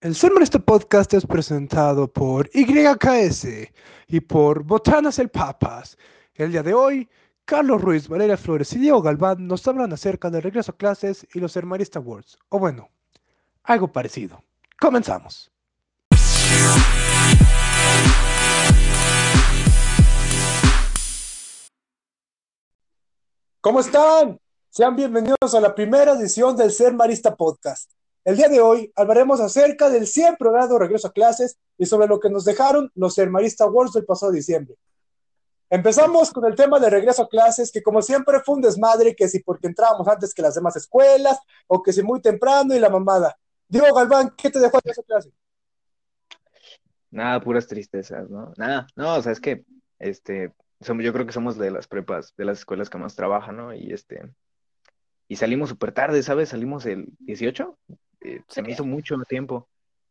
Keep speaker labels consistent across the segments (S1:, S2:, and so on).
S1: El sermón de este podcast es presentado por YKS y por Botanas el Papas. El día de hoy, Carlos Ruiz, Valeria Flores y Diego Galván nos hablan acerca del regreso a clases y los Hermanista Awards, o bueno, algo parecido. Comenzamos.
S2: ¿Cómo están? Sean bienvenidos a la primera edición del Ser Marista Podcast. El día de hoy hablaremos acerca del siempre programa regreso a clases y sobre lo que nos dejaron los Hermarista Awards del pasado diciembre. Empezamos con el tema de regreso a clases, que como siempre fue un desmadre, que si porque entrábamos antes que las demás escuelas, o que si muy temprano y la mamada. Diego Galván, ¿qué te dejó el regreso a clases?
S3: Nada, puras tristezas, ¿no? Nada, no, o sea, es que, este, somos, yo creo que somos de las prepas, de las escuelas que más trabajan, ¿no? Y este, y salimos súper tarde, ¿sabes? Salimos el 18, eh, se me hizo mucho tiempo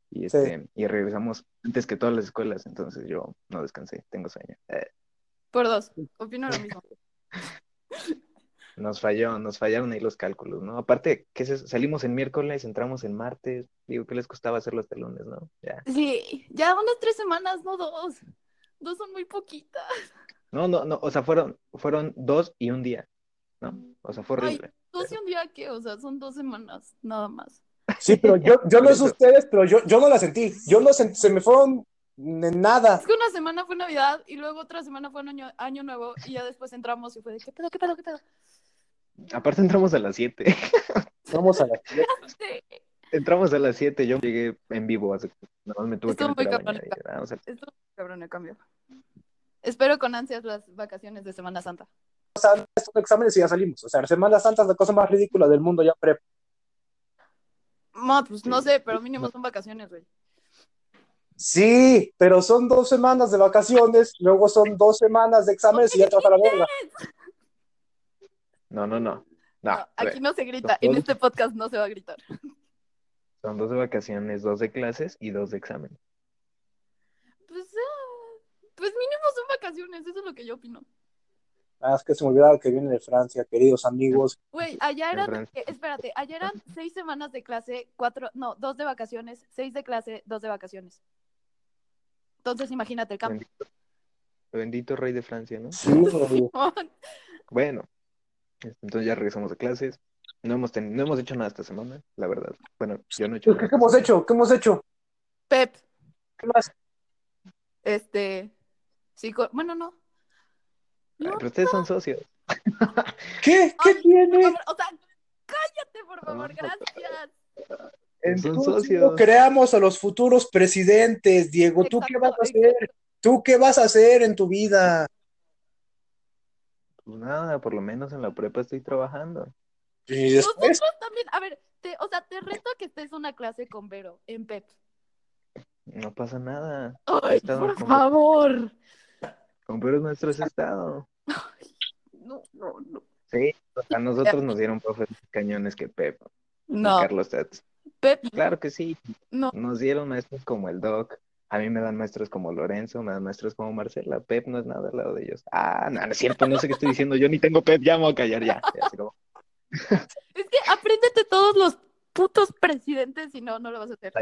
S3: y este y regresamos antes que todas las escuelas, entonces yo no descansé, tengo sueño. Eh,
S4: Por dos, opino lo mismo.
S3: nos falló, nos fallaron ahí los cálculos, ¿no? Aparte, ¿qué es eso? salimos en miércoles, entramos en martes, digo, ¿qué les costaba hacerlo hasta el lunes, no? Ya.
S4: Sí, ya unas tres semanas, no dos. Dos son muy poquitas.
S3: No, no, no, o sea, fueron, fueron dos y un día, ¿no? O sea, fue horrible.
S4: Ay, dos y un día que, o sea, son dos semanas, nada más.
S2: Sí, pero yo, yo no sé ustedes, pero yo, yo no la sentí. Yo no sent- se me fueron en nada.
S4: Es que una semana fue Navidad y luego otra semana fue un año, año nuevo y ya después entramos y fue de qué pedo, qué pedo, qué pedo.
S3: Aparte entramos a las 7.
S2: Vamos a ver.
S4: Sí,
S3: entramos a las 7, yo llegué en vivo, así que nada más me tuve
S4: Estuvo
S3: que
S4: muy
S3: meter a
S4: cabrón.
S3: bañar y nada, o sea,
S4: esto es un cabrón el cambio. Espero con ansias las vacaciones de Semana Santa.
S2: Estos exámenes y ya salimos. O sea, Semana Santa es la cosa más ridícula del mundo ya prep.
S4: Ma, pues no
S3: Sí.
S4: sé, pero mínimo son vacaciones, güey.
S2: Sí, pero son dos semanas de vacaciones, luego son dos semanas de exámenes y ya trabaja la verga.
S3: No, no, no. No,
S4: No, aquí no se grita,
S3: No,
S4: en
S3: no.
S4: este podcast no se va a gritar.
S3: son dos de vacaciones, dos de clases y dos de examen.
S4: Pues, ah, pues mínimo son vacaciones, eso es lo que yo opino.
S2: Ah, es que se me olvidaba que viene de Francia, queridos amigos.
S4: Güey, allá
S3: En
S4: eran,
S3: Francia.
S4: eh, espérate, allá eran seis semanas de clase, cuatro, no, dos de vacaciones, seis de clase, dos de vacaciones. Entonces imagínate el cambio.
S3: Bendito, bendito rey de Francia, ¿no?
S2: Sí, güey.
S3: Bueno, entonces ya regresamos de clases. No hemos, teni- no hemos hecho nada esta semana, la verdad. Bueno, yo no he hecho
S2: Pues, ¿Qué,
S3: nada.
S2: qué hemos hecho? ¿Qué hemos hecho?
S4: Pep,
S2: ¿Qué más?
S4: este, psico, bueno, no.
S3: Ay,
S4: No,
S3: pero ustedes son socios.
S2: ¿Qué? ¿Qué
S4: Ay, por
S2: tiene?
S4: favor, o sea, cállate, por favor,
S3: No.
S4: gracias.
S3: Son
S2: Entonces,
S3: socios.
S2: creamos a los futuros presidentes, Diego. ¿Tú qué vas
S4: Exacto,
S2: a hacer?
S4: exacto.
S2: ¿Tú qué vas a hacer en tu vida?
S3: Pues nada, por lo menos en la prepa estoy trabajando.
S2: Y después,
S4: Nosotros también, a ver, te, o sea, te reto a que estés una clase con Vero en Pep.
S3: No pasa nada.
S4: Ay,
S3: Está
S4: por
S3: con-
S4: favor.
S3: Con peores maestros he estado.
S4: No, no, no.
S3: Sí, o sea, nosotros nos dieron profes más cañones que Pep y
S4: No,
S3: Carlos Tats.
S4: Pep,
S3: Claro que sí.
S4: no.
S3: Nos dieron maestros como el Doc. A mí me dan maestros como Lorenzo, me dan maestros como Marcela. Pep no es nada al lado de ellos. Ah, no, no es cierto, no sé qué estoy diciendo. Yo ni tengo Pep, ya me voy a callar ya. Y así como,
S4: Es que apréndete todos los putos presidentes y no, no lo vas a hacer.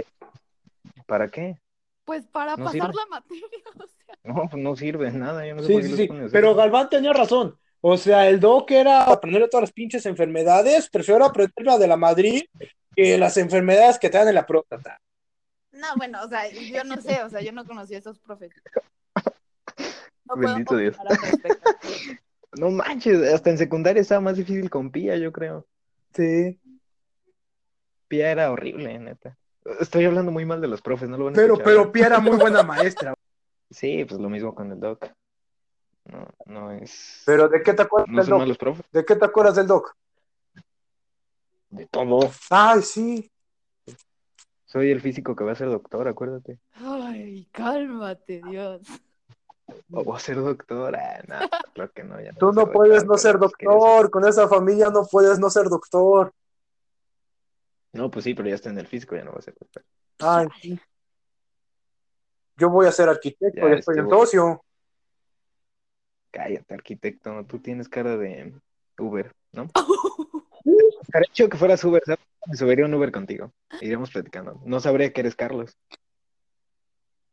S3: ¿Para qué?
S4: Pues para
S3: No
S4: pasar
S3: sirve.
S4: la materia, o sea.
S3: No, pues no sirve de nada. Yo no sé
S2: sí,
S3: por qué
S2: sí,
S3: los
S2: sí.
S3: ponen a hacer
S2: Pero
S3: eso.
S2: Galván tenía razón. O sea, el doc era aprender todas las pinches enfermedades. Prefiero aprender la de la Madrid que las enfermedades que te dan en la próstata.
S4: No, bueno, o sea, yo no sé, o sea, yo no conocí a esos profes. No
S3: Bendito Dios.
S4: opinar al respecto.
S3: No manches, hasta en secundaria estaba más difícil con Pía, yo creo.
S2: Sí.
S3: Pía era horrible, neta. Estoy hablando muy mal de los profes, no lo van a
S2: Pero,
S3: escuchar.
S2: pero Pia era muy buena maestra.
S3: Sí, pues lo mismo con el Doc. No, no es.
S2: Pero ¿de qué te acuerdas
S3: no
S2: del
S3: son
S2: doc?
S3: malos profes.
S2: ¿De qué te acuerdas del doc?
S3: De todo.
S2: Ay, sí.
S3: Soy el físico que va a ser doctor, acuérdate.
S4: Ay, cálmate, Dios.
S3: O voy a ser doctora. No, claro que no. Ya
S2: Tú
S3: voy a
S2: no puedes no
S3: pero
S2: ser
S3: pues quería ser-
S2: doctor. Con esa familia no puedes no ser doctor.
S3: No, pues sí, pero ya está en el físico, ya no va a ser doctor.
S2: Ay, sí. Yo voy a ser arquitecto,
S3: Ya,
S2: ya, estoy
S3: este,
S2: en
S3: bueno.
S2: socio.
S3: Cállate, arquitecto. Tú tienes cara de Uber, ¿no? Estaría chido que fueras Uber, ¿sabes? Me subiré a un Uber contigo. e iremos platicando. No sabría que eres Carlos.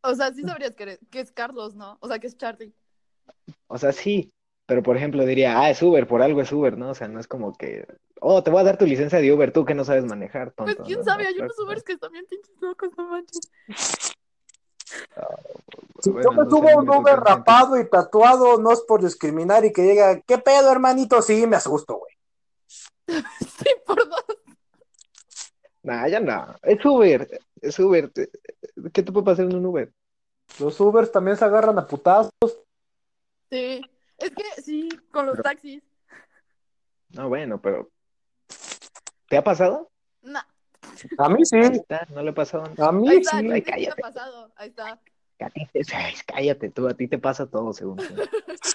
S4: O sea, sí sabrías que, eres- que es Carlos, ¿no? O sea, que es Charlie.
S3: O sea, sí, pero por ejemplo diría, ah, es Uber, por algo es Uber, ¿no? O sea, no es como que, oh, te voy a dar tu licencia de Uber, tú que no sabes manejar, tonto.
S4: Pues quién
S3: ¿no?
S4: sabe, hay
S3: Creo
S4: unos
S3: que-
S4: Ubers que están bien pinches locos, no manches.
S2: Si
S3: bueno,
S2: yo me
S3: no
S2: subo
S3: sé,
S2: a un
S3: hombre,
S2: Uber
S3: totalmente.
S2: rapado y tatuado, no es por discriminar y que diga, ¿qué pedo, hermanito? Sí, me asusto, güey.
S4: Sí, por dos.
S3: Nah, ya no. Es Uber, es Uber. te- ¿Qué te puede pasar en un Uber?
S2: Los Ubers también se agarran a putazos.
S4: Sí. Es que sí, con los taxis.
S3: No, bueno, pero. ¿Te ha pasado?
S4: Nah,
S2: A mí sí,
S3: Ahí está, no le ha pasado.
S2: a mí
S4: ahí está,
S2: sí.
S4: ni siquiera
S3: cállate.
S4: ha pasado. Ahí está.
S3: A ti te- cállate tú, a ti te pasa todo, según tú.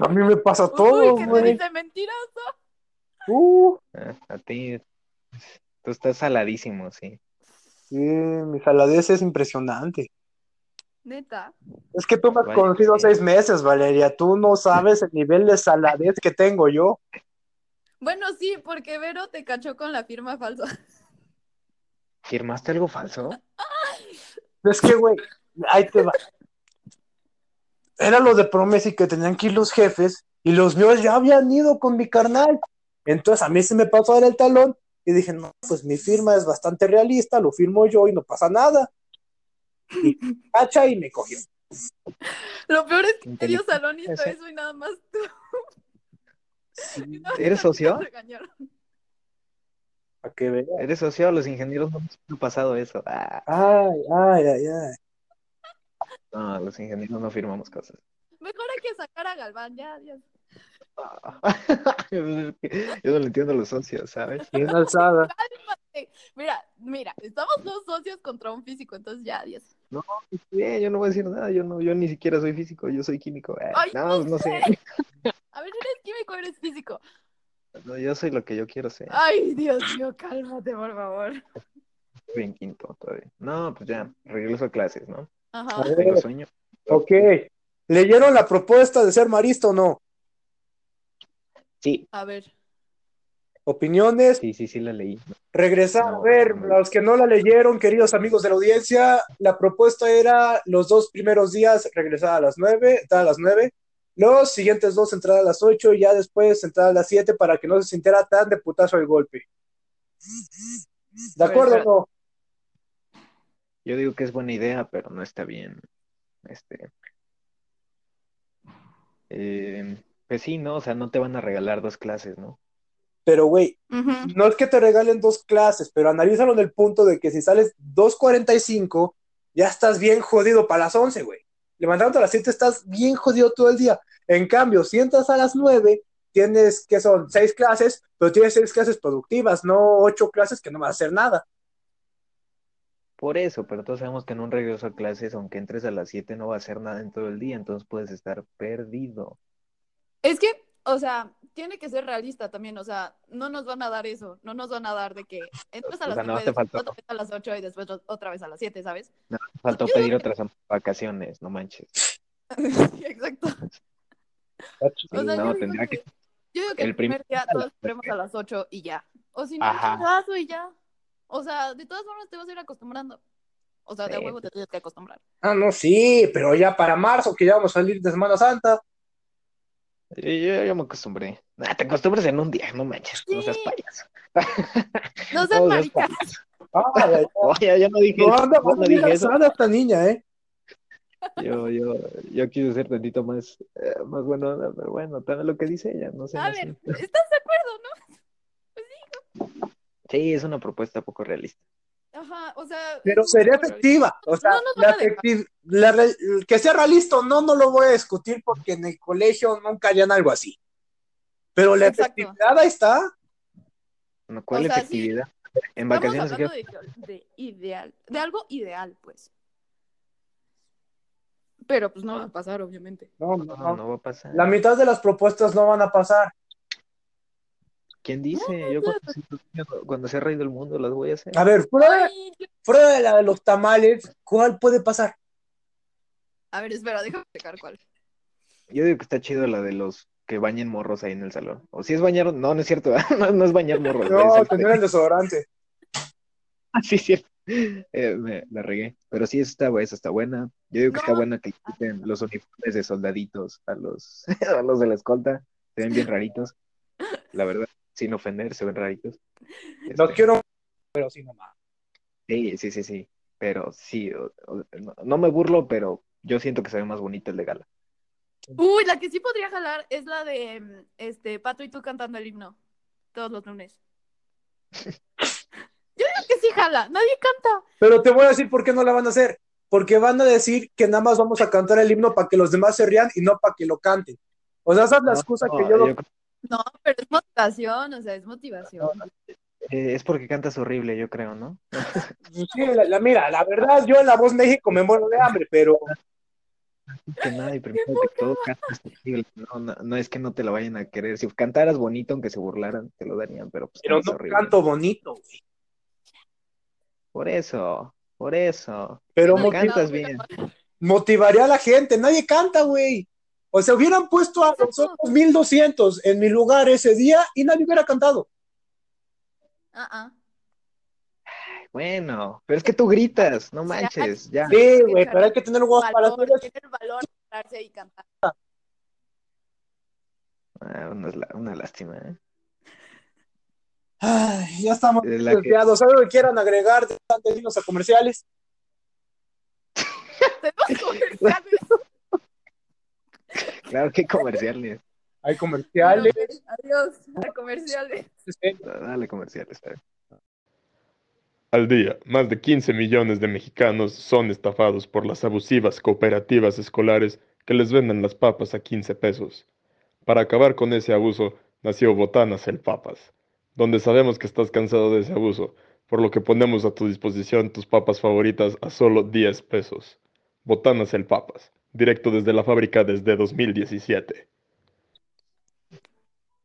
S2: A mí me pasa todo,
S4: Uy, que te
S2: güey.
S4: dice mentiras.
S2: Uh,
S3: Ah, A ti. Tú estás saladísimo, sí.
S2: sí, mi jaladez es impresionante.
S4: Neta.
S2: Es que tú me has
S3: Vaya que
S2: conocido
S3: sí.
S2: seis meses, Valeria. Tú no sabes el nivel de saladez que tengo yo.
S4: Bueno, sí, porque Vero te cachó con la firma falsa.
S3: ¿Firmaste algo falso?
S2: Es que, güey, ahí te va. Era lo de Promesi que tenían que ir los jefes y los míos ya habían ido con mi carnal. Entonces a mí se me pasó el talón y dije, no, pues mi firma es bastante realista, lo firmo yo y no pasa nada. Y cacha y me cogió.
S4: Lo peor es que te dio
S3: Inteligente.
S4: salón y hizo
S3: Ese.
S4: eso y nada más tú. No,
S3: ¿Eres socio?
S4: te regañaron.
S2: Para que vea.
S3: ¿Eres socio? Los ingenieros no les ha pasado eso. Ah,
S2: Ay, ay, ay, ay.
S3: no, los ingenieros no firmamos cosas.
S4: Mejor hay que sacar a Galván, ya, ya.
S3: Yo no le entiendo a los socios, ¿sabes?
S2: Bien alzada.
S4: Mira, mira, estamos dos socios contra un físico, entonces ya, adiós.
S3: Eh, yo no voy a decir nada, yo no, yo ni siquiera soy físico, yo soy químico. Eh,
S4: Ay,
S3: no, no sé.
S4: A ver, eres químico, o eres físico.
S3: No, yo soy lo que yo quiero ser.
S4: Ay, Dios mío, cálmate, por favor.
S3: Estoy en quinto todavía. No, pues ya, regreso a clases, ¿no?
S4: Ajá.
S2: Ay.
S3: Tengo sueño.
S2: Ok. ¿Leyeron la propuesta de ser marista o no?
S3: Sí,
S4: A ver.
S2: Opiniones,
S3: sí, sí, sí la leí.
S2: Regresar,
S3: No,
S2: a ver,
S3: no.
S2: los que no la leyeron, queridos amigos de la audiencia, la propuesta era los dos primeros días regresar a las nueve, entrar a las nueve, los siguientes dos entrar a las ocho y ya después entrar a las siete para que no se sintiera tan de putazo el golpe.
S3: Mm,
S2: ¿De
S3: Pues,
S2: acuerdo
S3: eh,
S2: o no?
S3: Yo digo que es buena idea, pero no está bien. Este. eh, pues sí, ¿no? O sea, no te van a regalar dos clases, ¿no?
S2: Pero, güey,
S4: Ujú.
S2: no es que te regalen dos clases, pero analízalo del punto de que si sales 2.45, ya estás bien jodido para las 11, güey. Levantándote a las 7 estás bien jodido todo el día. En cambio, si entras a las 9, tienes que son seis clases, pero tienes seis clases productivas, no ocho clases que no vas a hacer nada.
S3: Por eso, pero todos sabemos que en un regreso a clases, aunque entres a las 7, no va a hacer nada en todo el día, entonces puedes estar perdido.
S4: Es que, o sea, tiene que ser realista también, o sea, no nos van a dar eso, no nos van a dar de que entras a
S3: O
S4: las
S3: sea, no,
S4: nueve,
S3: te faltó.
S4: otra vez a las 8 y después otra vez a las 7, ¿sabes?
S3: Faltó
S4: Yo digo
S3: pedir otras vacaciones, no manches.
S4: Sí, exacto. Ah, O
S3: Sí,
S4: sea,
S3: no,
S4: yo, digo
S3: tendría
S4: que,
S3: que.
S4: yo digo que
S3: el
S4: el primer
S3: primer
S4: día
S3: a las
S4: todos esperemos a las 8 y ya. O si no, un
S3: Ajá.
S4: chingazo y ya. O sea, de todas formas te vas a ir acostumbrando. O sea, de
S3: Sí.
S4: huevo te tienes que acostumbrar.
S2: Ah, no, sí, pero ya para marzo, que ya vamos a salir de Semana Santa.
S3: Yo, yo- yo me acostumbré. Ah, te acostumbras en un día, no manches, no seas
S4: Sí.
S3: payaso.
S4: No seas
S3: No seas
S4: marica.
S3: payaso.
S2: Ah, ya, ya.
S3: Oye, yo Oh, no
S2: No
S3: dije eso,
S2: anda
S3: yo
S2: más
S3: no dije eso.
S2: cansada esta niña, ¿eh?
S3: Yo, yo, yo quise ser tantito más, eh, más bueno, onda, pero bueno, también lo que dice ella, no sé.
S4: A
S3: no
S4: ver,
S3: sé.
S4: ¿estás de acuerdo, no?
S3: Sí, es una propuesta poco realista.
S4: Ajá, o sea.
S2: Pero
S4: es un
S2: sería
S4: poco realista.
S2: efectiva. O sea,
S4: No nos van
S2: la
S4: a dejar.
S2: efectiv- la re- que sea realista o no, no lo voy a discutir porque en el colegio nunca harían algo así. Pero la
S4: Exacto.
S2: efectividad ahí está.
S3: Bueno, ¿Cuál
S4: sea, sí.
S3: efectividad? En
S4: Estamos
S3: vacaciones,
S4: hablando
S3: ¿qué?
S4: de, de ideal, de algo ideal, pues. Pero pues no va a pasar, obviamente.
S2: No,
S3: No,
S2: no,
S3: Ah, no,
S2: no.
S3: va a pasar.
S2: La mitad de las propuestas no van a pasar.
S3: ¿Quién dice? Yo
S4: no,
S3: cuando, sea- cuando sea rey del mundo las voy a hacer.
S2: A ver, fuera,
S4: Ay, yo-
S2: fuera de la de los tamales, ¿cuál puede pasar?
S4: A ver, espera, déjame checar cuál.
S3: Yo digo que está chido la de los que bañen morros ahí en el salón. O si es bañar, no, no es cierto, no, no es bañar morros.
S2: No,
S3: es este,
S2: tener el desodorante.
S3: Sí, sí. Eh, me, la regué. Pero sí, esa está, esa está buena. Yo digo que está
S4: No.
S3: buena que le quiten los uniformes de soldaditos a los, a los de la escolta. Se ven bien raritos. La verdad, sin ofender, se ven raritos.
S2: No
S3: Este,
S2: quiero, pero sí nomás.
S3: Sí, sí, sí, sí. Pero sí, o- o- no, no me burlo, pero yo siento que se ve más bonito el de gala.
S4: Uy, la que sí podría jalar es la de mm, este Pato y tú cantando el himno todos los lunes. Yo digo que sí jala, nadie canta.
S2: Pero te voy a decir por qué no la van a hacer. Porque van a decir que nada más vamos a cantar el himno para que los demás se rían y no para que lo canten. O sea, esa es la
S3: No,
S2: excusa
S3: no,
S2: que yo, lo-
S3: yo creo-
S4: No, pero es motivación, o sea, es motivación.
S3: eh, es porque cantas horrible, yo creo, ¿no?
S2: Pues Sí, la, la- mira, la verdad, yo en La Voz México me muero de hambre, pero
S3: Ah, Que nada, y primero que todo cantas horrible. No, no, no es que no te lo vayan a querer. Si cantaras bonito, aunque se burlaran, te lo darían, pero pues
S2: Pero
S3: cantas
S2: no
S3: horrible.
S2: canto bonito, güey.
S3: Por eso, por eso.
S2: Pero
S3: No
S2: mo-
S4: canta.
S3: cantas bien.
S2: motivaría a la gente. Nadie canta, güey. O sea, hubieran puesto a
S4: Exacto.
S2: nosotros 1200 en mi lugar ese día y nadie hubiera cantado.
S4: Ah, ah.
S3: Bueno, pero es que tú gritas, no manches, ya.
S2: Sí,
S4: que
S2: güey, pero hay
S4: Jared
S2: que tener huevos para
S4: Valor,
S2: hacer eso.
S4: tiene el valor de pararse y cantar.
S3: Ah, una, es la- una lástima, ¿eh?
S2: Ay, ya estamos
S3: Es la que-
S2: desviados. ¿Algo que quieran agregar de antes de irnos a comerciales?
S4: Tenemos comerciales.
S3: Claro, qué comerciales.
S2: Hay comerciales. este,
S4: Adiós, a comerciales.
S3: Dale comerciales. a ver.
S5: Al día, más de 15 millones de mexicanos son estafados por las abusivas cooperativas escolares que les venden las papas a 15 pesos. Para acabar con ese abuso, nació Botanas el Papas, donde sabemos que estás cansado de ese abuso, por lo que ponemos a tu disposición tus papas favoritas a solo 10 pesos. Botanas el Papas, directo desde la fábrica desde 2017.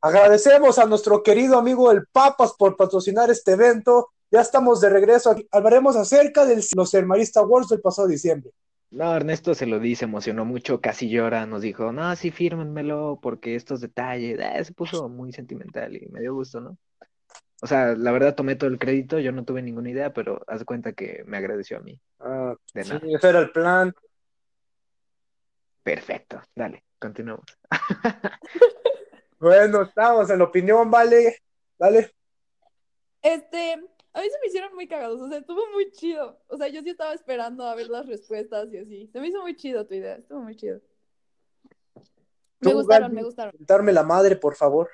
S2: Agradecemos a nuestro querido amigo el Papas por patrocinar este evento. Ya estamos de regreso. aquí. Hablaremos acerca de los Hermarista Awards del pasado diciembre.
S3: No, Ernesto se lo dice, emocionó mucho, casi llora, nos dijo, no, sí, fírmenmelo, porque estos detalles, ah, se puso muy sentimental y me dio gusto, ¿no? O sea, la verdad tomé todo el crédito, yo no tuve ninguna idea, pero haz de cuenta que me agradeció a mí,
S2: Ah,
S3: de
S2: sí,
S3: nada.
S2: ese era el plan.
S3: Perfecto, dale, continuamos.
S2: Bueno, estamos en la opinión, vale. Dale.
S4: Este, a mí se me hicieron muy cagados, o sea, estuvo muy chido. O sea, yo sí estaba esperando a ver las respuestas y así. Se me hizo muy chido tu idea, estuvo muy chido. Me
S2: Tú,
S4: gustaron,
S2: Galvin.
S4: me gustaron.
S2: Darme la madre, por favor.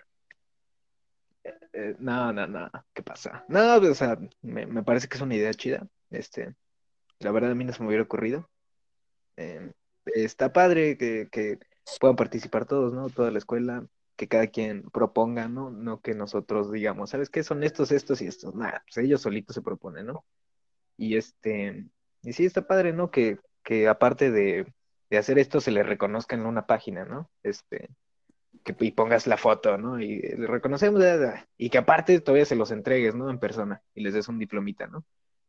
S3: Eh, no, no, no, ¿qué pasa? No, pues, o sea, me, me parece que es una idea chida, este, la verdad a mí no se me hubiera ocurrido. Eh, está padre que, que puedan participar todos, ¿no? Toda la escuela, que cada quien proponga, ¿no? No que nosotros digamos, ¿sabes qué? Son estos, estos y estos. Nada, pues ellos solitos se proponen, ¿no? Y este, y sí, está padre, ¿no? Que, que aparte de, de hacer esto, se les reconozca en una página, ¿no? Este, que y pongas la foto, ¿no? Y eh, le reconocemos, da, da. y que aparte todavía se los entregues, ¿no? En persona, y les des un diplomita, ¿no?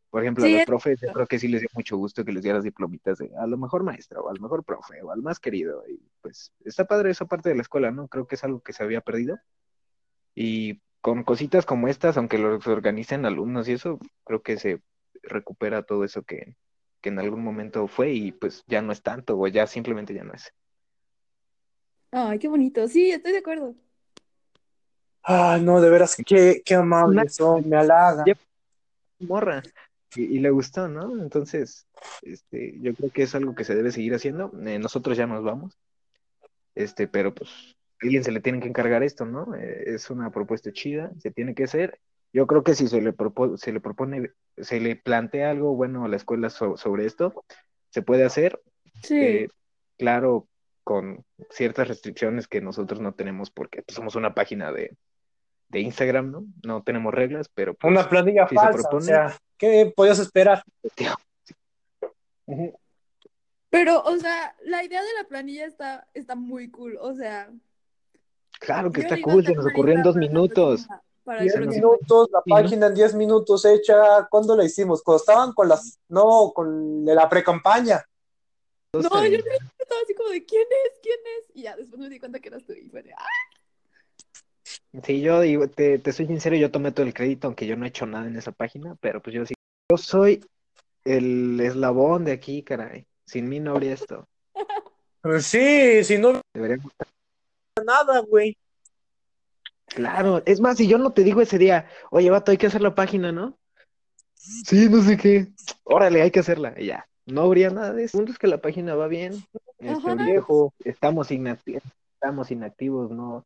S3: Por ejemplo,
S4: Sí,
S3: a los
S4: es-
S3: profes, yo creo que sí les dio mucho gusto que les dieras diplomitas de a lo mejor maestro, o al mejor profe, o al más querido. Y pues está padre esa parte de la escuela, ¿no? Creo que es algo que se había perdido. Y con cositas como estas, aunque los organicen alumnos y eso, creo que se recupera todo eso que, que en algún momento fue y pues ya no es tanto, o ya simplemente ya no es.
S4: Ay, qué bonito. Sí, estoy de acuerdo.
S2: Ah, no, de veras, qué, qué amables son, me halaga.
S3: Ya- Morra. Y, y le gustó, ¿no? Entonces, este, yo creo que es algo que se debe seguir haciendo. Eh, nosotros ya nos vamos. Este, pero pues a alguien se le tiene que encargar esto, ¿no? Eh, es una propuesta chida, se tiene que hacer. Yo creo que si se le propo- se le propone, se le plantea algo bueno a la escuela so- sobre esto, se puede hacer,
S4: Sí.
S3: eh, claro, con ciertas restricciones que nosotros no tenemos porque pues, somos una página de, de Instagram, ¿no? No tenemos reglas, pero pues,
S2: Una planilla
S3: Sí, se
S2: falsa, o
S3: propone.
S2: sea, ¿qué podías esperar?
S3: ujú,
S4: Pero, o sea, la idea de la planilla está, está muy cool. O sea,
S3: claro que
S4: yo
S3: está
S4: le iba a
S3: cool, se
S4: hacer
S3: nos
S4: una
S3: ocurrió en
S4: lista
S3: dos
S4: para la
S3: minutos.
S4: próxima- para el
S2: 10
S4: próximo año.
S2: minutos, la página en 10 minutos hecha, ¿cuándo la hicimos? Cuando estaban con las, no, con la pre-campaña.
S3: Dos,
S4: No, yo
S3: tres.
S4: creo que estaba así como de quién es, quién es. Y ya después me di cuenta que eras tú. Y fue de, ¡ah!
S3: Sí, yo digo, te, te soy sincero, yo tomé todo el crédito, aunque yo no he hecho nada en esa página, pero pues yo sí Yo soy el eslabón de aquí, caray. Sin mí no habría esto.
S2: Pues sí, si no
S3: Deberíamos.
S2: nada, güey.
S3: Claro, es más, si yo no te digo ese día, oye, vato, hay que hacer la página, ¿no? Sí, no sé qué. Órale, hay que hacerla. Y ya, no habría nada de eso. El punto es que la página va bien. Este
S4: Ajá.
S3: viejo, estamos inactivos, estamos inactivos, no,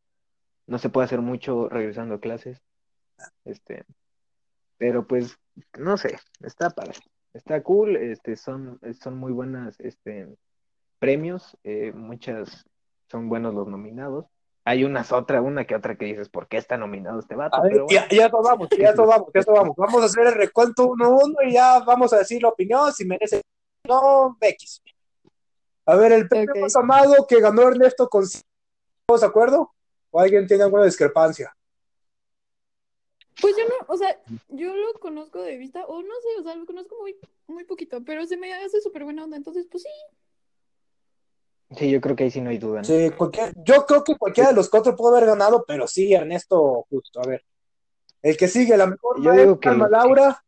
S3: no se puede hacer mucho regresando a clases. Este, pero pues, no sé, está padre, está cool, este, son, son muy buenas, este, premios, eh, muchas, son buenos los nominados. Hay unas otra, una que otra que dices, ¿por qué está nominado este vato?
S2: A ver,
S3: Pero bueno.
S2: ya, ya tomamos, ya tomamos, ya tomamos. Vamos a hacer el recuento uno a uno y ya vamos a decir la opinión si merece o no X. A ver, el premio
S4: Ok.
S2: más amado que ganó Ernesto con ¿Estamos de acuerdo? ¿O alguien tiene alguna discrepancia?
S4: Pues yo no, o sea, yo lo conozco de vista, o no sé, o sea, lo conozco muy, muy poquito, pero se me hace súper buena onda, entonces, pues sí.
S3: Sí, yo creo que ahí sí no hay duda, ¿no?
S2: Sí, cualquier- yo creo que cualquiera de los cuatro pudo haber ganado, pero sí, Ernesto, justo. A ver, el que sigue, la mejor
S3: Yo digo que-
S2: Alma Laura.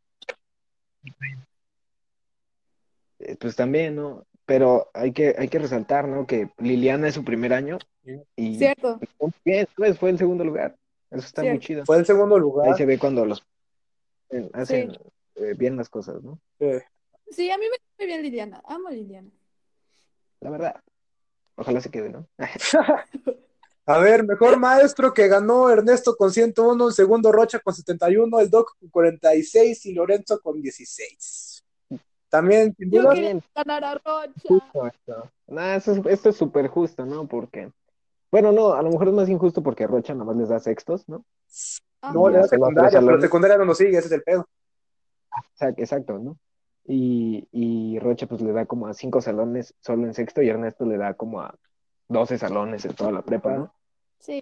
S3: Eh, Pues también, ¿no? Pero hay que, hay que resaltar, ¿no? Que Liliana es su primer año y
S4: Cierto.
S3: muy bien, ¿sabes? Fue en segundo lugar. Eso está muy
S4: Cierto.
S3: chido.
S2: Fue en segundo
S3: Ahí
S2: lugar.
S3: se ve cuando los eh, hacen eh, bien las cosas, ¿no?
S2: Eh,
S4: Sí, a mí me cae muy bien Liliana, amo a Liliana.
S3: La verdad. Ojalá se quede, ¿no?
S2: A ver, mejor maestro que ganó Ernesto con 101, el segundo Rocha con 71, el Doc con 46 y Lorenzo con 16. También, sin
S4: Yo
S2: duda,
S4: quería ganar a Rocha.
S3: Justo esto. Nah, eso es- esto es súper justo, ¿no? Porque, bueno, no, a lo mejor es más injusto porque Rocha nada más les da sextos, ¿no?
S4: Ajá.
S2: no le da
S3: Solo tres
S2: secundaria, pero
S3: salones.
S2: secundaria no nos sigue, ese es el pedo.
S3: O sea, exacto, ¿no? Y, y Rocha pues le da como a cinco salones solo en sexto y Ernesto le da como a 12 salones en toda la prepa, ¿no?
S4: Sí,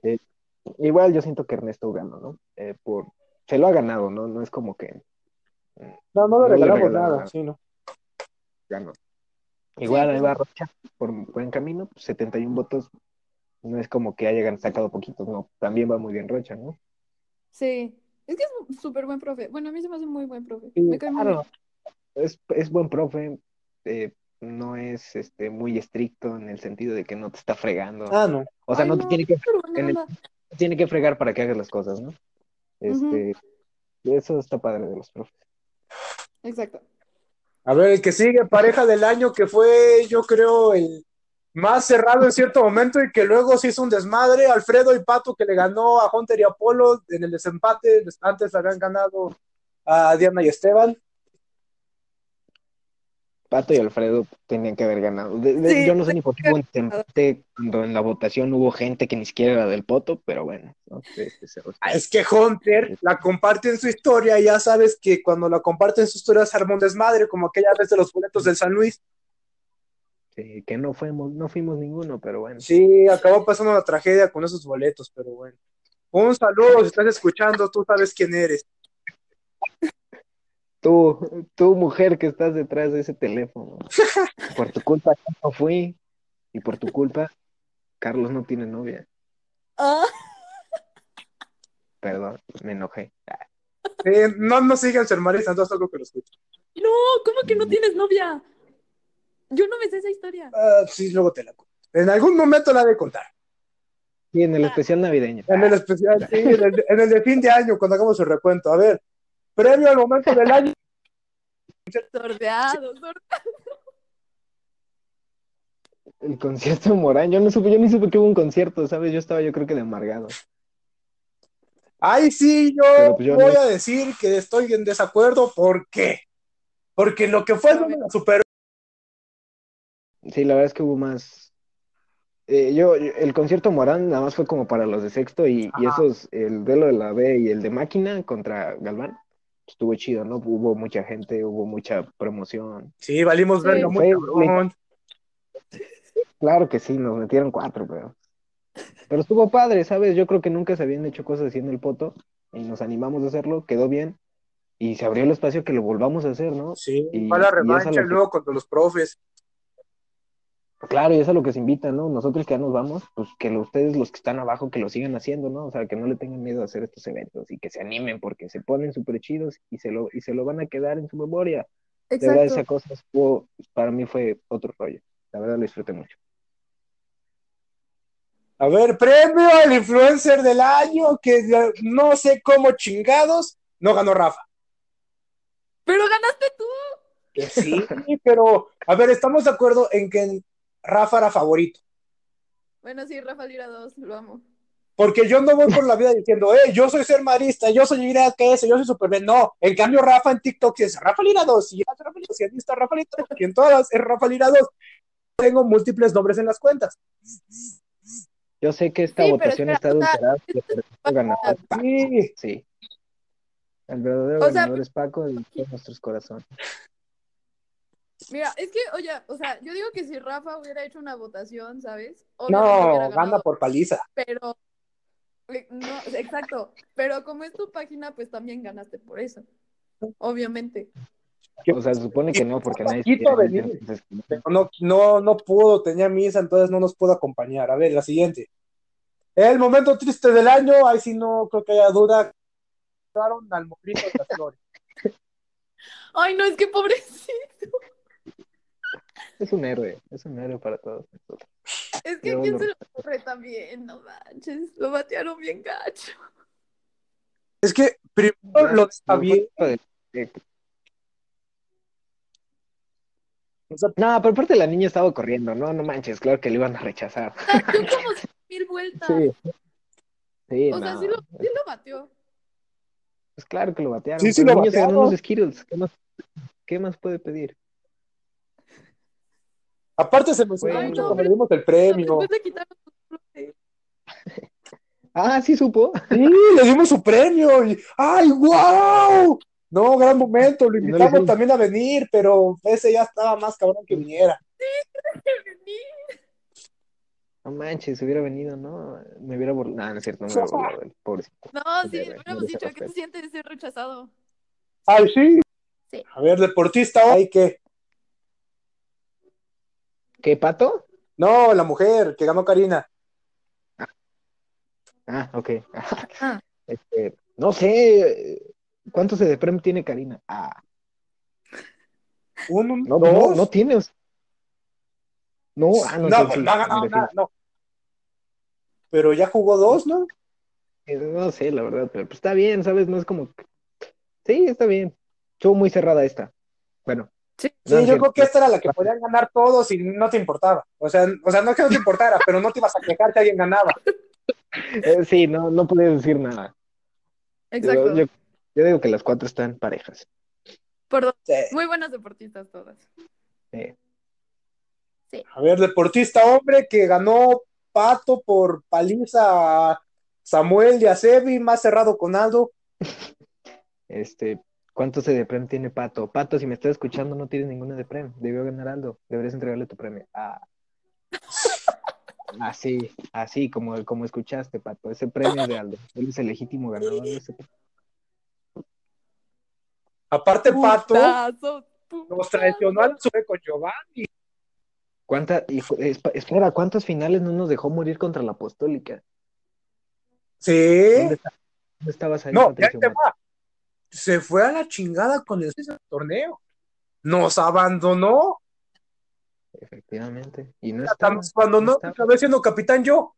S3: Igual yo siento que Ernesto ganó, ¿no? Eh, por... Se lo ha ganado, ¿no? No es como que
S2: No, no le
S3: No le
S2: regalamos
S3: regalaron
S2: nada,
S3: nada.
S2: sí, no.
S3: ganó. Igual
S4: Sí,
S3: ahí
S4: pues,
S3: va Rocha por un buen camino, pues, 71 votos. No es como que hayan sacado poquitos, no. También va muy bien Rocha, ¿no?
S4: sí. Es que es un súper buen profe. Bueno, a mí se me hace muy buen profe.
S3: Sí,
S4: me cae muy bien.
S3: claro. Es, es buen profe, eh, no es este, muy estricto en el sentido de que no te está fregando.
S2: Ah, no.
S3: o sea,
S4: Ay,
S3: no, te tiene que,
S4: súper buena
S3: en el-
S4: onda.
S3: tiene que fregar para que hagas las cosas, ¿no? Este, Eso está padre de los profes.
S4: Exacto.
S2: A ver, el que sigue, pareja del año, que fue, yo creo, el más cerrado en cierto momento y que luego se hizo un desmadre. Alfredo y Pato, que le ganó a Hunter y Apolo en el desempate. Antes habían ganado a Diana y Esteban.
S3: Pato y Alfredo tenían que haber ganado. De- de-
S4: Sí,
S3: yo no sé ni por qué hubo un
S4: ganado.
S3: empate cuando en la votación hubo gente que ni siquiera era del Poto, pero bueno, ¿no? Este, se respeta.
S2: Ah, Es que Hunter la comparte en su historia, y ya sabes que cuando la comparte en su historia se armó un desmadre, como aquella vez de los boletos del San Luis.
S3: Sí, que no fuimos, no fuimos ninguno, pero bueno.
S2: Sí, acabó pasando una tragedia con esos boletos, pero bueno. Un saludo, si estás escuchando, tú sabes quién eres.
S3: Tú, tú mujer que estás detrás de ese teléfono, por tu culpa yo no fui y por tu culpa Carlos no tiene novia.
S4: Ah,
S3: Perdón, me enojé.
S2: Sí, no, no sigan su hermanita, entonces no creo que lo escuchen.
S4: no, ¿cómo que no tienes novia? Yo no me sé esa historia.
S2: Ah, sí, luego te la cuento. En algún momento la he de contar.
S3: Y en el especial navideño.
S2: En el especial, sí, en el, en el de fin de año, cuando hagamos el recuento. A ver, premio al momento del año.
S4: Sordeado, sordeado.
S3: El concierto de Morán, yo no supe, yo ni supe que hubo un concierto, ¿sabes? Yo estaba yo creo que de amargado.
S2: Ahí sí, yo
S3: Pero pues yo
S2: voy
S3: no-
S2: a decir que estoy en desacuerdo. ¿Por qué? Porque lo que fue no me la superó.
S3: Sí, la verdad es que hubo más. eh, yo, yo- el concierto Morán nada más fue como para los de sexto y, y esos, el duelo de la B y el de máquina contra Galván, estuvo chido, ¿no? Hubo mucha gente, hubo mucha promoción.
S2: Sí, valimos
S4: Sí.
S2: verga muy
S3: Fue-
S2: cabrón.
S3: Claro que sí, nos metieron cuatro, pero. Pero estuvo padre, ¿sabes? Yo creo que nunca se habían hecho cosas así en el poto y nos animamos a hacerlo, quedó bien y se abrió el espacio que lo volvamos a hacer, ¿no?
S2: Sí,
S3: Y-
S2: para la
S3: y esa
S2: revancha
S3: la-
S2: luego contra los profes.
S3: Claro, y eso es lo que se invita, ¿no? Nosotros que ya nos vamos, pues que lo- ustedes los que están abajo que lo sigan haciendo, ¿no? O sea, que no le tengan miedo a hacer estos eventos y que se animen porque se ponen súper chidos y se lo, y se lo van a quedar en su memoria. De verdad, esa
S4: Exacto.
S3: cosa estuvo- para mí fue otro rollo. La verdad lo disfruté mucho.
S2: A ver, premio al influencer del año, que la- no sé cómo chingados, no ganó Rafa.
S4: Pero ganaste tú.
S2: Sí, pero a ver, estamos de acuerdo en que Rafa era favorito.
S4: Bueno, sí, Rafa Lira 2, lo amo.
S2: Porque yo no voy por la vida diciendo, eh, yo soy ser marista, yo soy Lira KS, yo soy Superman. No, en cambio Rafa en TikTok es Rafa Lira 2, y es Rafa Lira, y ahí está Rafa Lira 2, y en todas es Rafa Lira 2. Tengo múltiples nombres en las cuentas.
S3: Yo sé que esta
S4: Sí, pero
S3: votación
S4: espera,
S3: está
S4: o sea,
S3: adulterada, pero el ganador es Paco,
S2: Sí,
S3: sí. El verdadero
S4: O sea, pues,
S3: ganador es Paco y todos nuestros corazones.
S4: Mira, es que, oye, o sea, yo digo que si Rafa hubiera hecho una votación, ¿sabes? Obviamente hubiera
S2: no,
S4: ganado,
S2: gana por paliza.
S4: pero. eh, No, exacto. Pero como es tu página, pues también ganaste por eso. Obviamente.
S3: O sea, se supone que no, porque nadie
S2: Paquito
S3: quiere,
S2: Avenida.
S3: entonces,
S2: No, no, no pudo, tenía misa, entonces no nos pudo acompañar. A ver, la siguiente. El momento triste del año, ahí sí no creo que haya duda. Entraron al morrito de las flores.
S4: Ay, no, es que pobrecito.
S3: es un héroe, es un héroe para todos nosotros.
S4: Es que
S3: Yo
S4: quién
S3: lo-
S4: se lo ocurre también, no manches. Lo batearon bien gacho.
S2: Es que primero lo de Javier, o sea,
S3: No, pero aparte la niña estaba corriendo, no, no manches, claro que le iban a rechazar.
S4: O sea, dio como mil vueltas.
S3: Sí. Sí,
S4: Ah. o sea,
S3: no,
S4: sí, lo, sí lo bateó.
S3: Pues claro que lo batearon.
S2: Sí, sí
S3: pero
S2: lo
S3: el niño se ganó
S2: batearon.
S3: unos Skittles. ¿Qué más, qué más puede pedir?
S2: aparte se emocionó
S3: Ay,
S2: mucho
S3: no,
S2: cuando
S4: pero-
S2: le dimos el premio.
S4: Después le quitaron su flores.
S3: Ah, sí supo.
S2: Sí, le dimos su premio. y- ¡Ay, wow! No, gran momento. Lo
S3: no le
S2: invitamos
S3: hicimos.
S2: también a venir, pero ese ya estaba más cabrón que viniera.
S3: No manches, hubiera venido, ¿no? Me hubiera burlado. No, no es cierto, no me hubiera burlado. él, Pobrecito.
S4: No, sí,
S3: Debe,
S4: le hubiéramos
S3: merece
S4: dicho, ¿qué
S3: respeto.
S4: te sientes de ser rechazado?
S2: ¡Ay, sí!
S4: Sí.
S2: A ver, deportista, hay que.
S3: ¿Qué, Pato?
S2: No, la mujer que ganó Karina.
S3: Ah, ok. Este, no sé. eh, ¿Cuántos de premio tiene Karina? Ah,
S2: Uno,
S3: no,
S2: dos.
S3: no, no tiene. o sea- No, ah,
S2: no,
S3: no, entonces
S2: pues
S3: sí,
S2: no ha ganado
S3: hombre, sí.
S2: nada, no. Pero ya jugó dos, ¿no?
S3: Eh, No sé, la verdad, pero pues está bien, ¿sabes? No es como. que- Sí, está bien. Estuvo muy cerrada esta. Bueno.
S4: Sí.
S2: Sí,
S3: no,
S2: yo
S3: es cierto.
S2: creo que esta era la que podían ganar todos y no te importaba. O sea, o sea, no es que no te importara, pero no te ibas a quejar que alguien ganaba.
S3: Eh, sí, no, no podía decir nada.
S4: Exacto.
S3: Yo, yo- yo digo que las cuatro están parejas.
S4: Por dos.
S2: Sí.
S4: Muy buenas deportistas todas.
S2: A ver, deportista hombre que ganó Pato por paliza a Samuel y a Sebi, más cerrado con Aldo.
S3: Este, ¿cuántos de premio tiene Pato? Pato, si me estás escuchando, no tienes ninguna de premio. Debió ganar Aldo. Deberías entregarle tu premio. Ah. Así, así como, como escuchaste, Pato. Ese premio es de Aldo. Él es el legítimo ganador de ese premio.
S2: Aparte, Pato
S4: Putazo, putazo.
S2: nos traicionó al sube con Giovanni.
S3: ¿Cuánta- y- esp- espera, ¿cuántas finales no nos dejó morir contra la apostólica?
S2: Sí.
S3: ¿Dónde, está- dónde estabas ahí,
S2: No, ya
S3: Patricio?
S2: te va. Se fue a la chingada con el torneo. Nos abandonó.
S3: Efectivamente. Y no
S2: Hasta
S3: estaba,
S2: nos abandonó,
S3: no
S2: que
S3: estaba.
S2: acabé siendo capitán yo.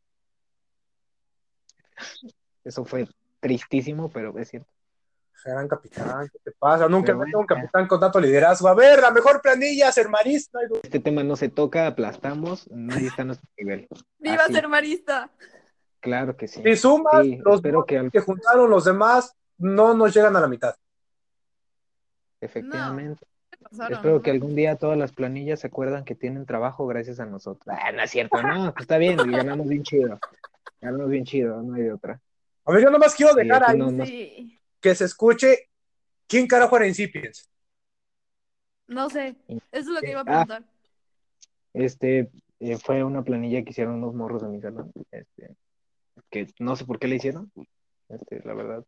S3: Eso fue tristísimo, pero es cierto.
S2: Gran capitán, ¿qué te pasa? Nunca he
S3: Pero
S2: visto
S3: bueno,
S2: un capitán con tanto liderazgo. A ver, la mejor planilla, ser marista. Ay, no.
S3: Este tema no se toca, aplastamos, nadie está a nuestro nivel.
S4: Viva
S3: Así.
S4: ser marista.
S3: Claro que sí.
S2: Si sumas
S3: Sí,
S2: los
S3: espero que al-
S2: que juntaron los demás, no nos llegan a la mitad.
S3: efectivamente.
S4: ¿Qué pasaron?
S3: espero que algún día todas las planillas se acuerdan que tienen trabajo gracias a nosotros. Ah, no es cierto, no, pues está bien, ganamos bien chido. Ganamos bien chido, no hay de otra.
S2: A ver, yo nomás quiero dejar
S3: Sí,
S2: ahí
S3: no, no.
S4: Sí.
S2: que se escuche quién carajo era Incipients.
S4: No sé. Eso es lo que iba a
S3: Ah.
S4: preguntar.
S3: Este eh, fue una planilla que hicieron unos morros de mi salón. Este, que no sé por qué le hicieron. Este, la verdad.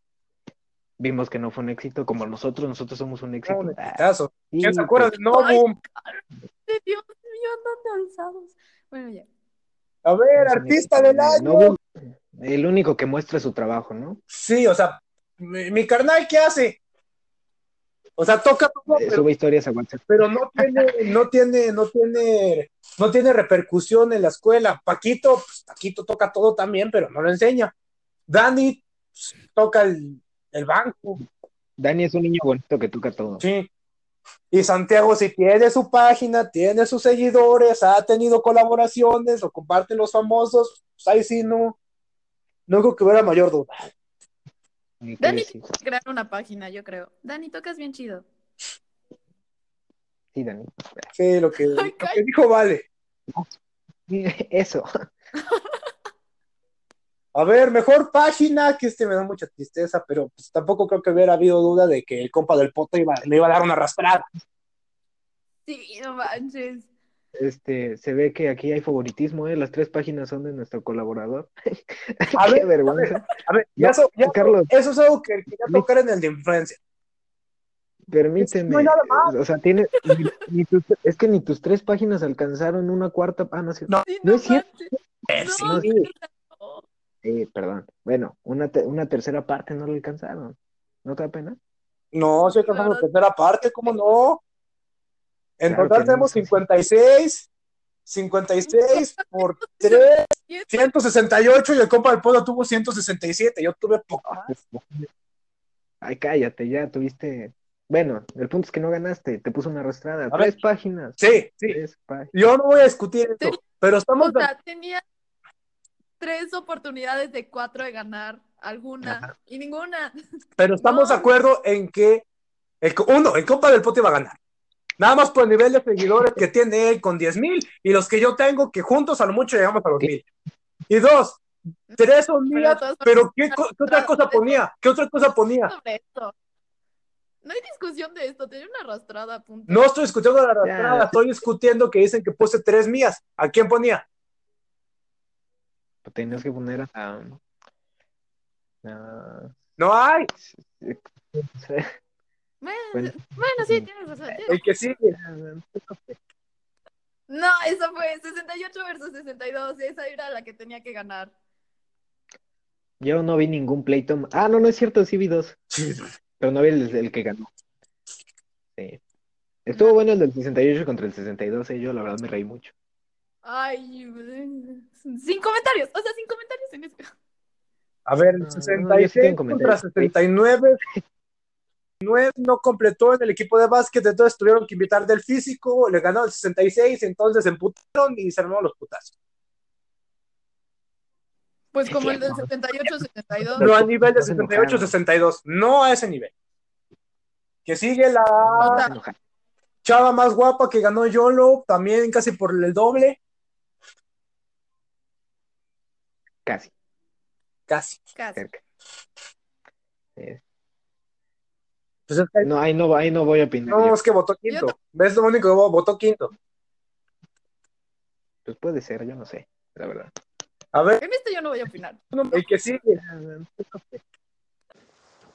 S3: Vimos que no fue un éxito como nosotros, nosotros somos un
S2: Era
S3: éxito.
S2: un
S3: Ah,
S2: exitazo. ¿Quién
S3: sí,
S2: se acuerda
S3: pues,
S2: de No Boom?
S4: Dios mío, andan usados. Bueno, ya.
S2: A
S3: Pues,
S2: ver, artista del año.
S3: No, el único que muestra su trabajo, ¿no?
S2: Sí, o sea, mi, mi carnal, ¿qué hace? O sea, toca todo,
S3: Eh,
S2: pero,
S3: Sube historias a WhatsApp.
S2: pero no tiene, no tiene, no tiene, no tiene repercusión en la escuela. Paquito, pues, Paquito toca todo también, pero no lo enseña. Dani pues, toca el, el banco,
S3: Dani es un niño bonito que toca todo.
S2: sí. Y Santiago sí tiene su página, tiene sus seguidores, ha tenido colaboraciones, lo comparten los famosos, pues ahí sí no, no creo que hubiera mayor duda.
S3: Ni qué
S4: Dani-
S3: decir.
S4: Crear una página, yo creo. Dani, tocas bien chido.
S3: Sí, Dani.
S2: Sí, lo que, lo que
S4: cállate.
S2: dijo vale.
S3: Eso.
S2: A ver, mejor página, que este me da mucha tristeza, pero pues, tampoco creo que hubiera habido duda de que el compa del pota iba, le iba a dar una arrastrada.
S4: Sí, no manches.
S3: Este, se ve que aquí hay favoritismo, ¿eh? Las tres páginas son de nuestro colaborador.
S2: A
S3: Qué
S2: ver,
S3: vergüenza.
S2: A ver, ya
S3: No,
S2: eso, ya
S3: Carlos.
S2: eso es algo que quería tocar en el de influencia.
S3: Permíteme.
S2: No hay nada más.
S3: O sea, tiene. ni- ni tus- es que ni tus tres páginas alcanzaron una cuarta. Ah, no, es cierto.
S4: Sí,
S3: No
S4: no,
S3: es cierto.
S4: manches.
S2: sí.
S4: No, no.
S3: Eh, perdón. Bueno, una, te- una tercera parte no la alcanzaron. ¿No te da pena?
S2: No, si alcanzamos la primera parte, ¿cómo no? En
S3: Claro
S2: total
S3: que no,
S2: tenemos
S3: sí.
S2: 56, 56 por 3, 168 y el compa del pota tuvo 167. Yo tuve poco más.
S3: Ay, cállate, ya tuviste. Bueno, el punto es que no ganaste, te puso una arrastrada.
S2: A
S3: Tres páginas.
S2: Sí, sí.
S3: Tres páginas.
S2: Yo no voy a discutir eso, pero estamos
S4: O sea, tenía tres oportunidades de cuatro de ganar alguna
S3: Ajá.
S4: y ninguna.
S2: Pero estamos
S4: No.
S2: de acuerdo en que, el, co- uno, el Copa del Pote va a ganar. Nada más por el nivel de seguidores que tiene él con 10 mil y los que yo tengo, que juntos a lo mucho llegamos a los
S3: Sí.
S2: mil. Y dos, tres son
S4: Pero
S2: mías,
S4: todas son
S2: pero ¿qué, co- qué otra cosa ponía? ¿Qué otra cosa ponía?
S4: sobre esto. No hay discusión de esto, tenía una arrastrada, punto.
S2: No estoy discutiendo la arrastrada,
S3: Ya.
S2: estoy discutiendo que dicen que puse tres mías. ¿A quién ponía?
S3: Tenías que poner a. a-
S2: No hay,
S4: Bueno,
S3: Bueno.
S4: bueno,
S3: pues,
S4: sí, tienes razón. tienes
S2: el que sigue.
S4: No, esa fue 68 versus 62. Esa era la que tenía que ganar.
S3: Yo no vi ningún pleito. Ah, no, no es cierto, sí vi dos. Pero no vi el, el que ganó. Sí. Estuvo bueno el del 68 contra el 62, eh, yo la verdad me reí mucho.
S4: Ay, sin comentarios. O sea, sin comentarios en este- esto.
S2: A ver, el
S3: No, no, yo sí
S2: 66
S3: tengo
S2: contra
S3: comentarios.
S2: 79. Nueve no completó en el equipo de básquet, entonces tuvieron que invitar del físico, le ganó el 66, entonces se emputaron y se armaron los putazos.
S4: Pues
S3: Es
S4: como el del
S3: cierto.
S4: 78, 72.
S2: No a nivel de
S3: No se enojaron.
S2: 78-62, no a ese nivel. Que sigue la
S3: Me enojé.
S2: chava más guapa que ganó YOLO, también casi por el doble,
S3: Casi,
S2: casi.
S4: Casi.
S3: cerca. Eh,
S2: Pues es que-
S3: No, ahí no, ahí no voy a opinar.
S2: no,
S3: yo.
S2: es que votó quinto. ¿Ves lo único que votó? votó quinto?
S3: Pues puede ser, yo no sé, la verdad.
S2: A ver,
S4: En esto yo no voy a opinar.
S2: el que sigue.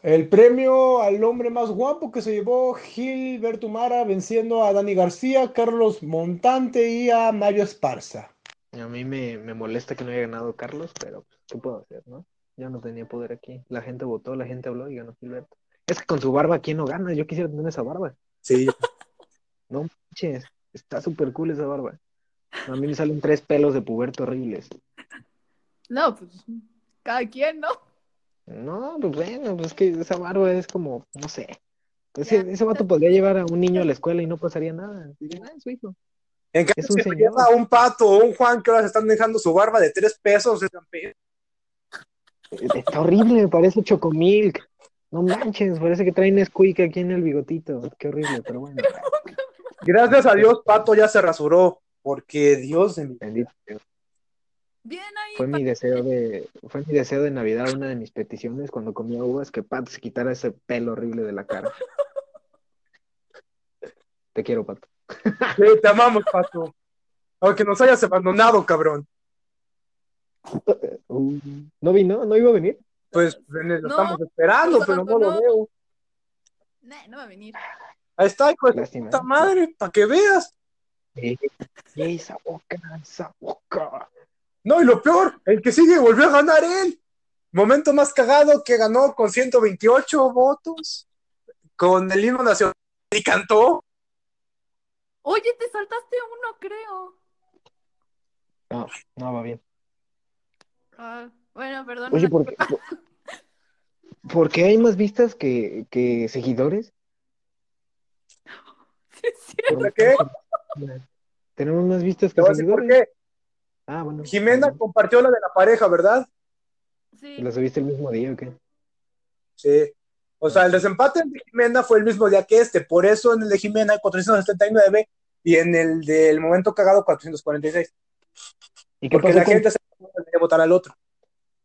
S1: El premio al hombre más guapo que se llevó Gilberto Mara venciendo a Dani García, Carlos Montante y a Mario Esparza.
S3: A mí me, me molesta que no haya ganado Carlos, pero pues, ¿qué puedo hacer, no? Yo no tenía poder aquí. La gente votó, la gente habló y ganó Gilberto. Es que con su barba, ¿quién no gana? Yo quisiera tener esa barba.
S2: Sí,
S3: No manches, está súper cool esa barba. A mí me salen tres pelos de puberto horribles.
S4: No, pues cada quien, ¿no?
S3: No, pues bueno, pues es que esa barba es como, no sé. Ese,
S4: Ya.
S3: ese vato podría llevar a un niño a la escuela y no pasaría nada. Dirían, ah, es su hijo.
S2: En cambio,
S3: Es un
S2: si me
S3: señor.
S2: lleva a un pato o un Juan que ahora se están dejando su barba de tres pesos, es campeón.
S3: Está horrible, me parece chocomilk. No manches, parece que traen Nesquik aquí en el bigotito. Qué horrible, pero bueno.
S2: Gracias a Dios, Pato ya se rasuró, porque Dios de mi...
S3: Bendito Dios.
S4: Bien ahí.
S3: Fue
S4: pa-
S3: mi deseo de, fue mi deseo de Navidad, una de mis peticiones cuando comía uvas, que Pat se quitara ese pelo horrible de la cara. Te quiero, Pat.
S2: Sí, te amamos, Pato. Aunque nos hayas abandonado, cabrón.
S3: Uh, no vino, no iba a venir.
S2: Pues lo
S4: No,
S2: estamos esperando,
S4: nos
S2: pero no lo
S4: abandonó.
S2: veo.
S4: Nah, no va a venir.
S2: Ahí está, hijo de tu
S3: Lástima.
S2: puta madre, para que veas.
S3: Eh, esa boca, esa boca.
S2: No, y lo peor, el que sigue volvió a ganar él. Momento más cagado que ganó con 128 votos, con el himno nacional y cantó.
S4: Oye, te saltaste uno, creo.
S3: No, no va bien.
S4: Ah, bueno, perdón.
S3: Oye, ¿por qué, por, por qué hay más vistas que, que seguidores?
S4: Sí, es cierto.
S3: ¿Por
S2: ¿Por qué?
S3: Tenemos más vistas
S2: Te
S3: que
S2: voy a decir por
S3: seguidores.
S2: qué.
S3: Ah, bueno.
S2: Jimena compartió la de la pareja, ¿verdad?
S4: Sí.
S3: ¿La subiste el mismo día o qué?
S2: Sí. O sea, el desempate de Jimena fue el mismo día que este. Por eso en el de Jimena hay 479 y en el del momento cagado 446.
S3: ¿Y qué
S2: Porque
S3: pasó
S2: la
S3: con-
S2: gente se de votar al otro.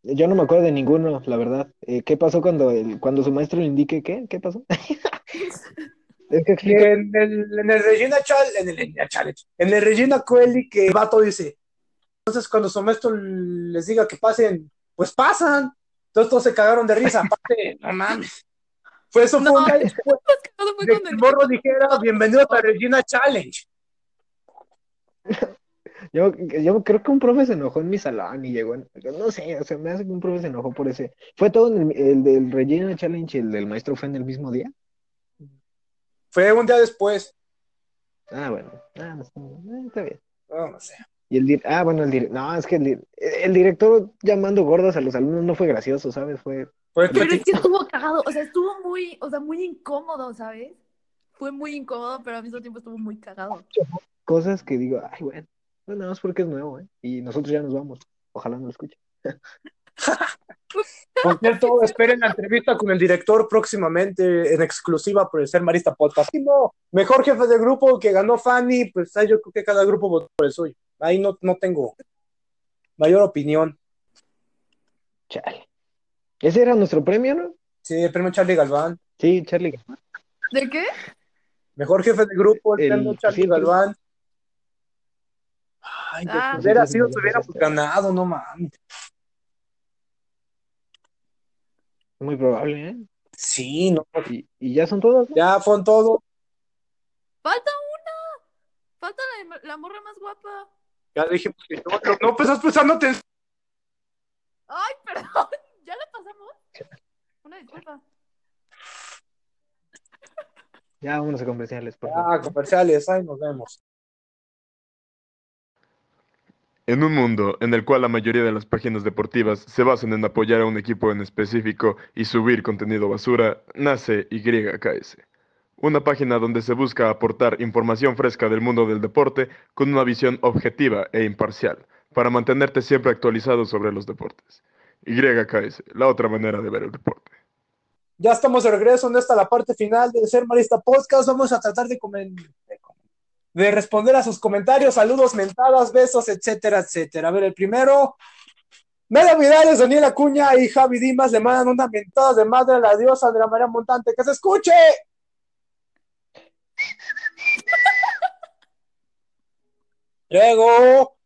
S3: Yo no me acuerdo de ninguno, la verdad. Eh, ¿qué pasó cuando el, cuando su maestro le indique qué? ¿Qué pasó? es
S2: Y
S3: que explica-
S2: en el, en el Regina Chal, en el, Regina Challenge, en el Regina Coeli que el vato dice. Entonces cuando su maestro les diga que pasen, pues pasan. Entonces todos se cagaron de risa. Aparte, no mames. Fue eso fue
S4: No.
S2: un día después
S4: Todo fue
S2: de
S4: cuando
S2: que el morro dijera, bienvenido a la Regina Challenge.
S3: yo, yo creo que un profe se enojó en mi salón y llegó. en- no sé, o sea, me hace que un profe se enojó por ese. ¿Fue todo en el, el del Regina Challenge y el del maestro fue en el mismo día?
S2: Fue un día después.
S3: Ah, bueno. Ah, no, está- está bien.
S2: No, no sé.
S3: Y el dir- ah, bueno, el dir- no, es que el, dir- el director llamando gordas a los alumnos no fue gracioso, ¿sabes? Fue,
S2: Fue
S4: Pero es que estuvo cagado, o sea, estuvo muy, o sea, muy incómodo, ¿sabes? Fue muy incómodo, pero al mismo tiempo estuvo muy cagado.
S3: cosas que digo, ay, bueno, no, nada más porque es nuevo, ¿eh? Y nosotros ya nos vamos. Ojalá no lo escuche.
S2: Por cierto, esperen la entrevista con el director próximamente en exclusiva por el Ser Marista Podcast. Último, mejor jefe de grupo que ganó Fanny, pues ahí yo creo que cada grupo votó por el suyo. Ahí no, no tengo mayor opinión.
S3: Chale. Ese era nuestro premio, ¿no?
S2: Sí, el premio Charlie Galván.
S3: Sí, Charlie.
S4: ¿De qué?
S2: Mejor jefe de grupo, el,
S3: El-
S2: premio Charlie
S3: sí, el-
S2: Galván. Ay, de
S4: Ah.
S2: que hubiera sido, se hubiera pues, ganado, no mames.
S3: Muy probable, ¿eh?
S2: Sí, no.
S3: Y, y ya son todas, ¿no?
S2: Ya fue todo.
S4: ¡Falta una! ¡Falta la, la morra más guapa!
S2: Ya dijimos que no, no, no, pues estás pensándote en
S4: ¡Ay, perdón! ¿Ya la pasamos? Una disculpa.
S3: Ya vámonos a comerciales, por favor.
S2: Ah, comerciales, ahí nos vemos.
S5: En un mundo en el cual la mayoría de las páginas deportivas se basan en apoyar a un equipo en específico y subir contenido basura, nace YKS. Una página donde se busca aportar información fresca del mundo del deporte con una visión objetiva e imparcial, para mantenerte siempre actualizado sobre los deportes. YKS, la otra manera de ver el deporte.
S2: Ya estamos de regreso en esta la parte final de Ser Marista Podcast. Vamos a tratar de, comen- de com- de responder a sus comentarios, saludos, mentadas, besos, etcétera, etcétera. A ver, el primero. Mela Vidales, Daniel Acuña y Javi Dimas le mandan una mentada de madre a la diosa de la María Montante. ¡Que se escuche! Luego,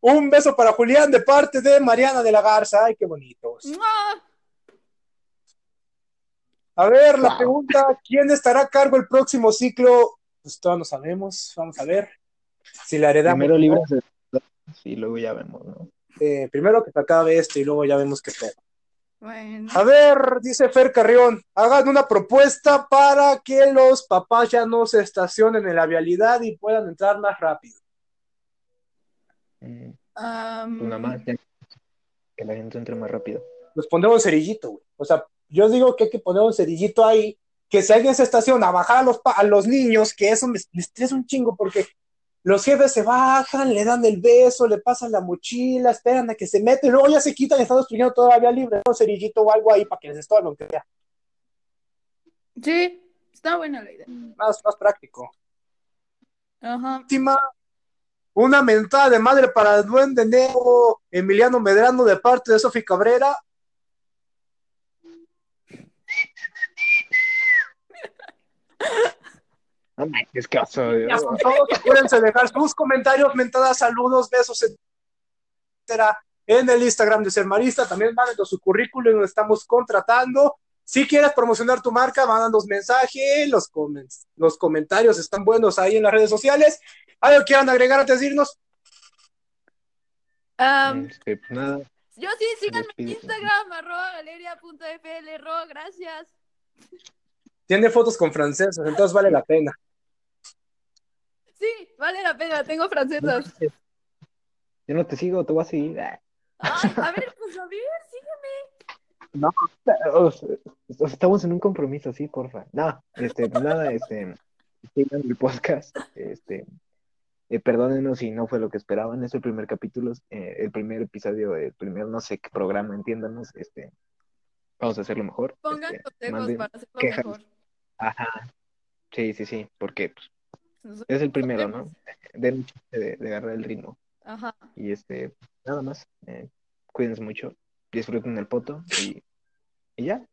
S2: un beso para Julián de parte de Mariana de la Garza. ¡Ay, qué bonitos!
S4: ¡Mua!
S2: A ver, la
S3: Wow.
S2: pregunta, ¿quién estará a cargo el próximo ciclo? Pues todavía no sabemos, vamos a ver. Si la heredamos.
S3: Primero
S2: ¿no?
S3: libras de- y luego ya vemos, ¿no?
S2: Eh, primero que se acabe esto y luego ya vemos qué pedo.
S4: Bueno.
S2: A ver, dice Fer Carrión, hagan una propuesta para que los papás ya no se estacionen en la vialidad y puedan entrar más rápido.
S3: Mm,
S4: am,
S3: Una más, ya. Que la gente entre más rápido.
S2: Nos pondremos pues un cerillito, güey. O sea, yo digo que hay que poner un cerillito ahí, que si alguien se estaciona, bajar a los, pa- a los niños, que eso me, me estresa un chingo porque los jefes se bajan, le dan el beso, le pasan la mochila, esperan a que se mete, y luego ya se quitan y están destruyendo todavía libre. Un cerillito o algo ahí para que les estorben, aunque sea
S4: Sí, está buena la idea.
S2: más, más práctico.
S4: Ajá.
S2: última, una mentada de madre para el duende negro Emiliano Medrano de parte de Sofi Cabrera.
S3: No manches, qué oso,
S2: Ya
S3: Dios.
S2: son todos, acuérdense de dejar sus comentarios, mentadas, saludos, besos, etcétera, en el Instagram de Ser Marista. También mándenos su currículum, lo estamos contratando. Si quieres promocionar tu marca, mándanos mensaje, los, comen- los comentarios están buenos ahí en las redes sociales. ¿Algo quieran agregar antes de irnos?
S4: Am,
S3: Este, pues, nada.
S4: yo sí, síganme en
S3: despido.
S4: Instagram, arroba galeria.fl, ro, gracias.
S2: Tiene fotos con francesas, entonces vale la pena.
S4: Sí, vale la pena, tengo francesas.
S3: Yo no te sigo, te voy a seguir. Ah.
S4: Ay, a ver, pues a ver, sí.
S3: ah, O sea, o sea, estamos en un compromiso, sí, porfa. No, este, pues nada, este, sigan el podcast, este, eh, perdónenos si no fue lo que esperaban, es el primer capítulo, eh, el primer episodio, el primer, no sé qué programa, entiéndanos, este, vamos a hacerlo mejor.
S4: Pongan
S3: este,
S4: consejos
S3: manden-
S4: para hacerlo
S3: quejas.
S4: mejor.
S3: Ajá, sí, sí, sí, porque pues,
S4: Nos-
S3: es el primero,
S4: vemos.
S3: ¿no? Den un chance de, de agarrar el ritmo,
S4: Ajá.
S3: y este, nada más, eh, cuídense mucho, disfruten el poto, y, y ya,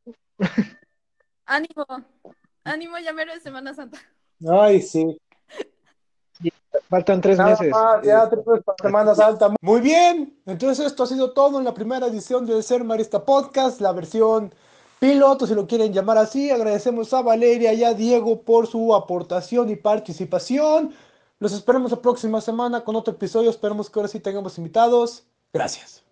S4: Ánimo. Ánimo, ya mero es Semana Santa.
S2: Ay, sí.
S3: faltan tres
S2: Nada
S3: meses.
S2: más,
S3: Eh,
S2: ya te puedes para Semana Santa. Muy bien, entonces esto ha sido todo en la primera edición del Ser Marista Podcast, la versión piloto, si lo quieren llamar así. Agradecemos a Valeria y a Diego por su aportación y participación. Los esperamos la próxima semana con otro episodio. Esperemos que ahora sí tengamos invitados. Gracias.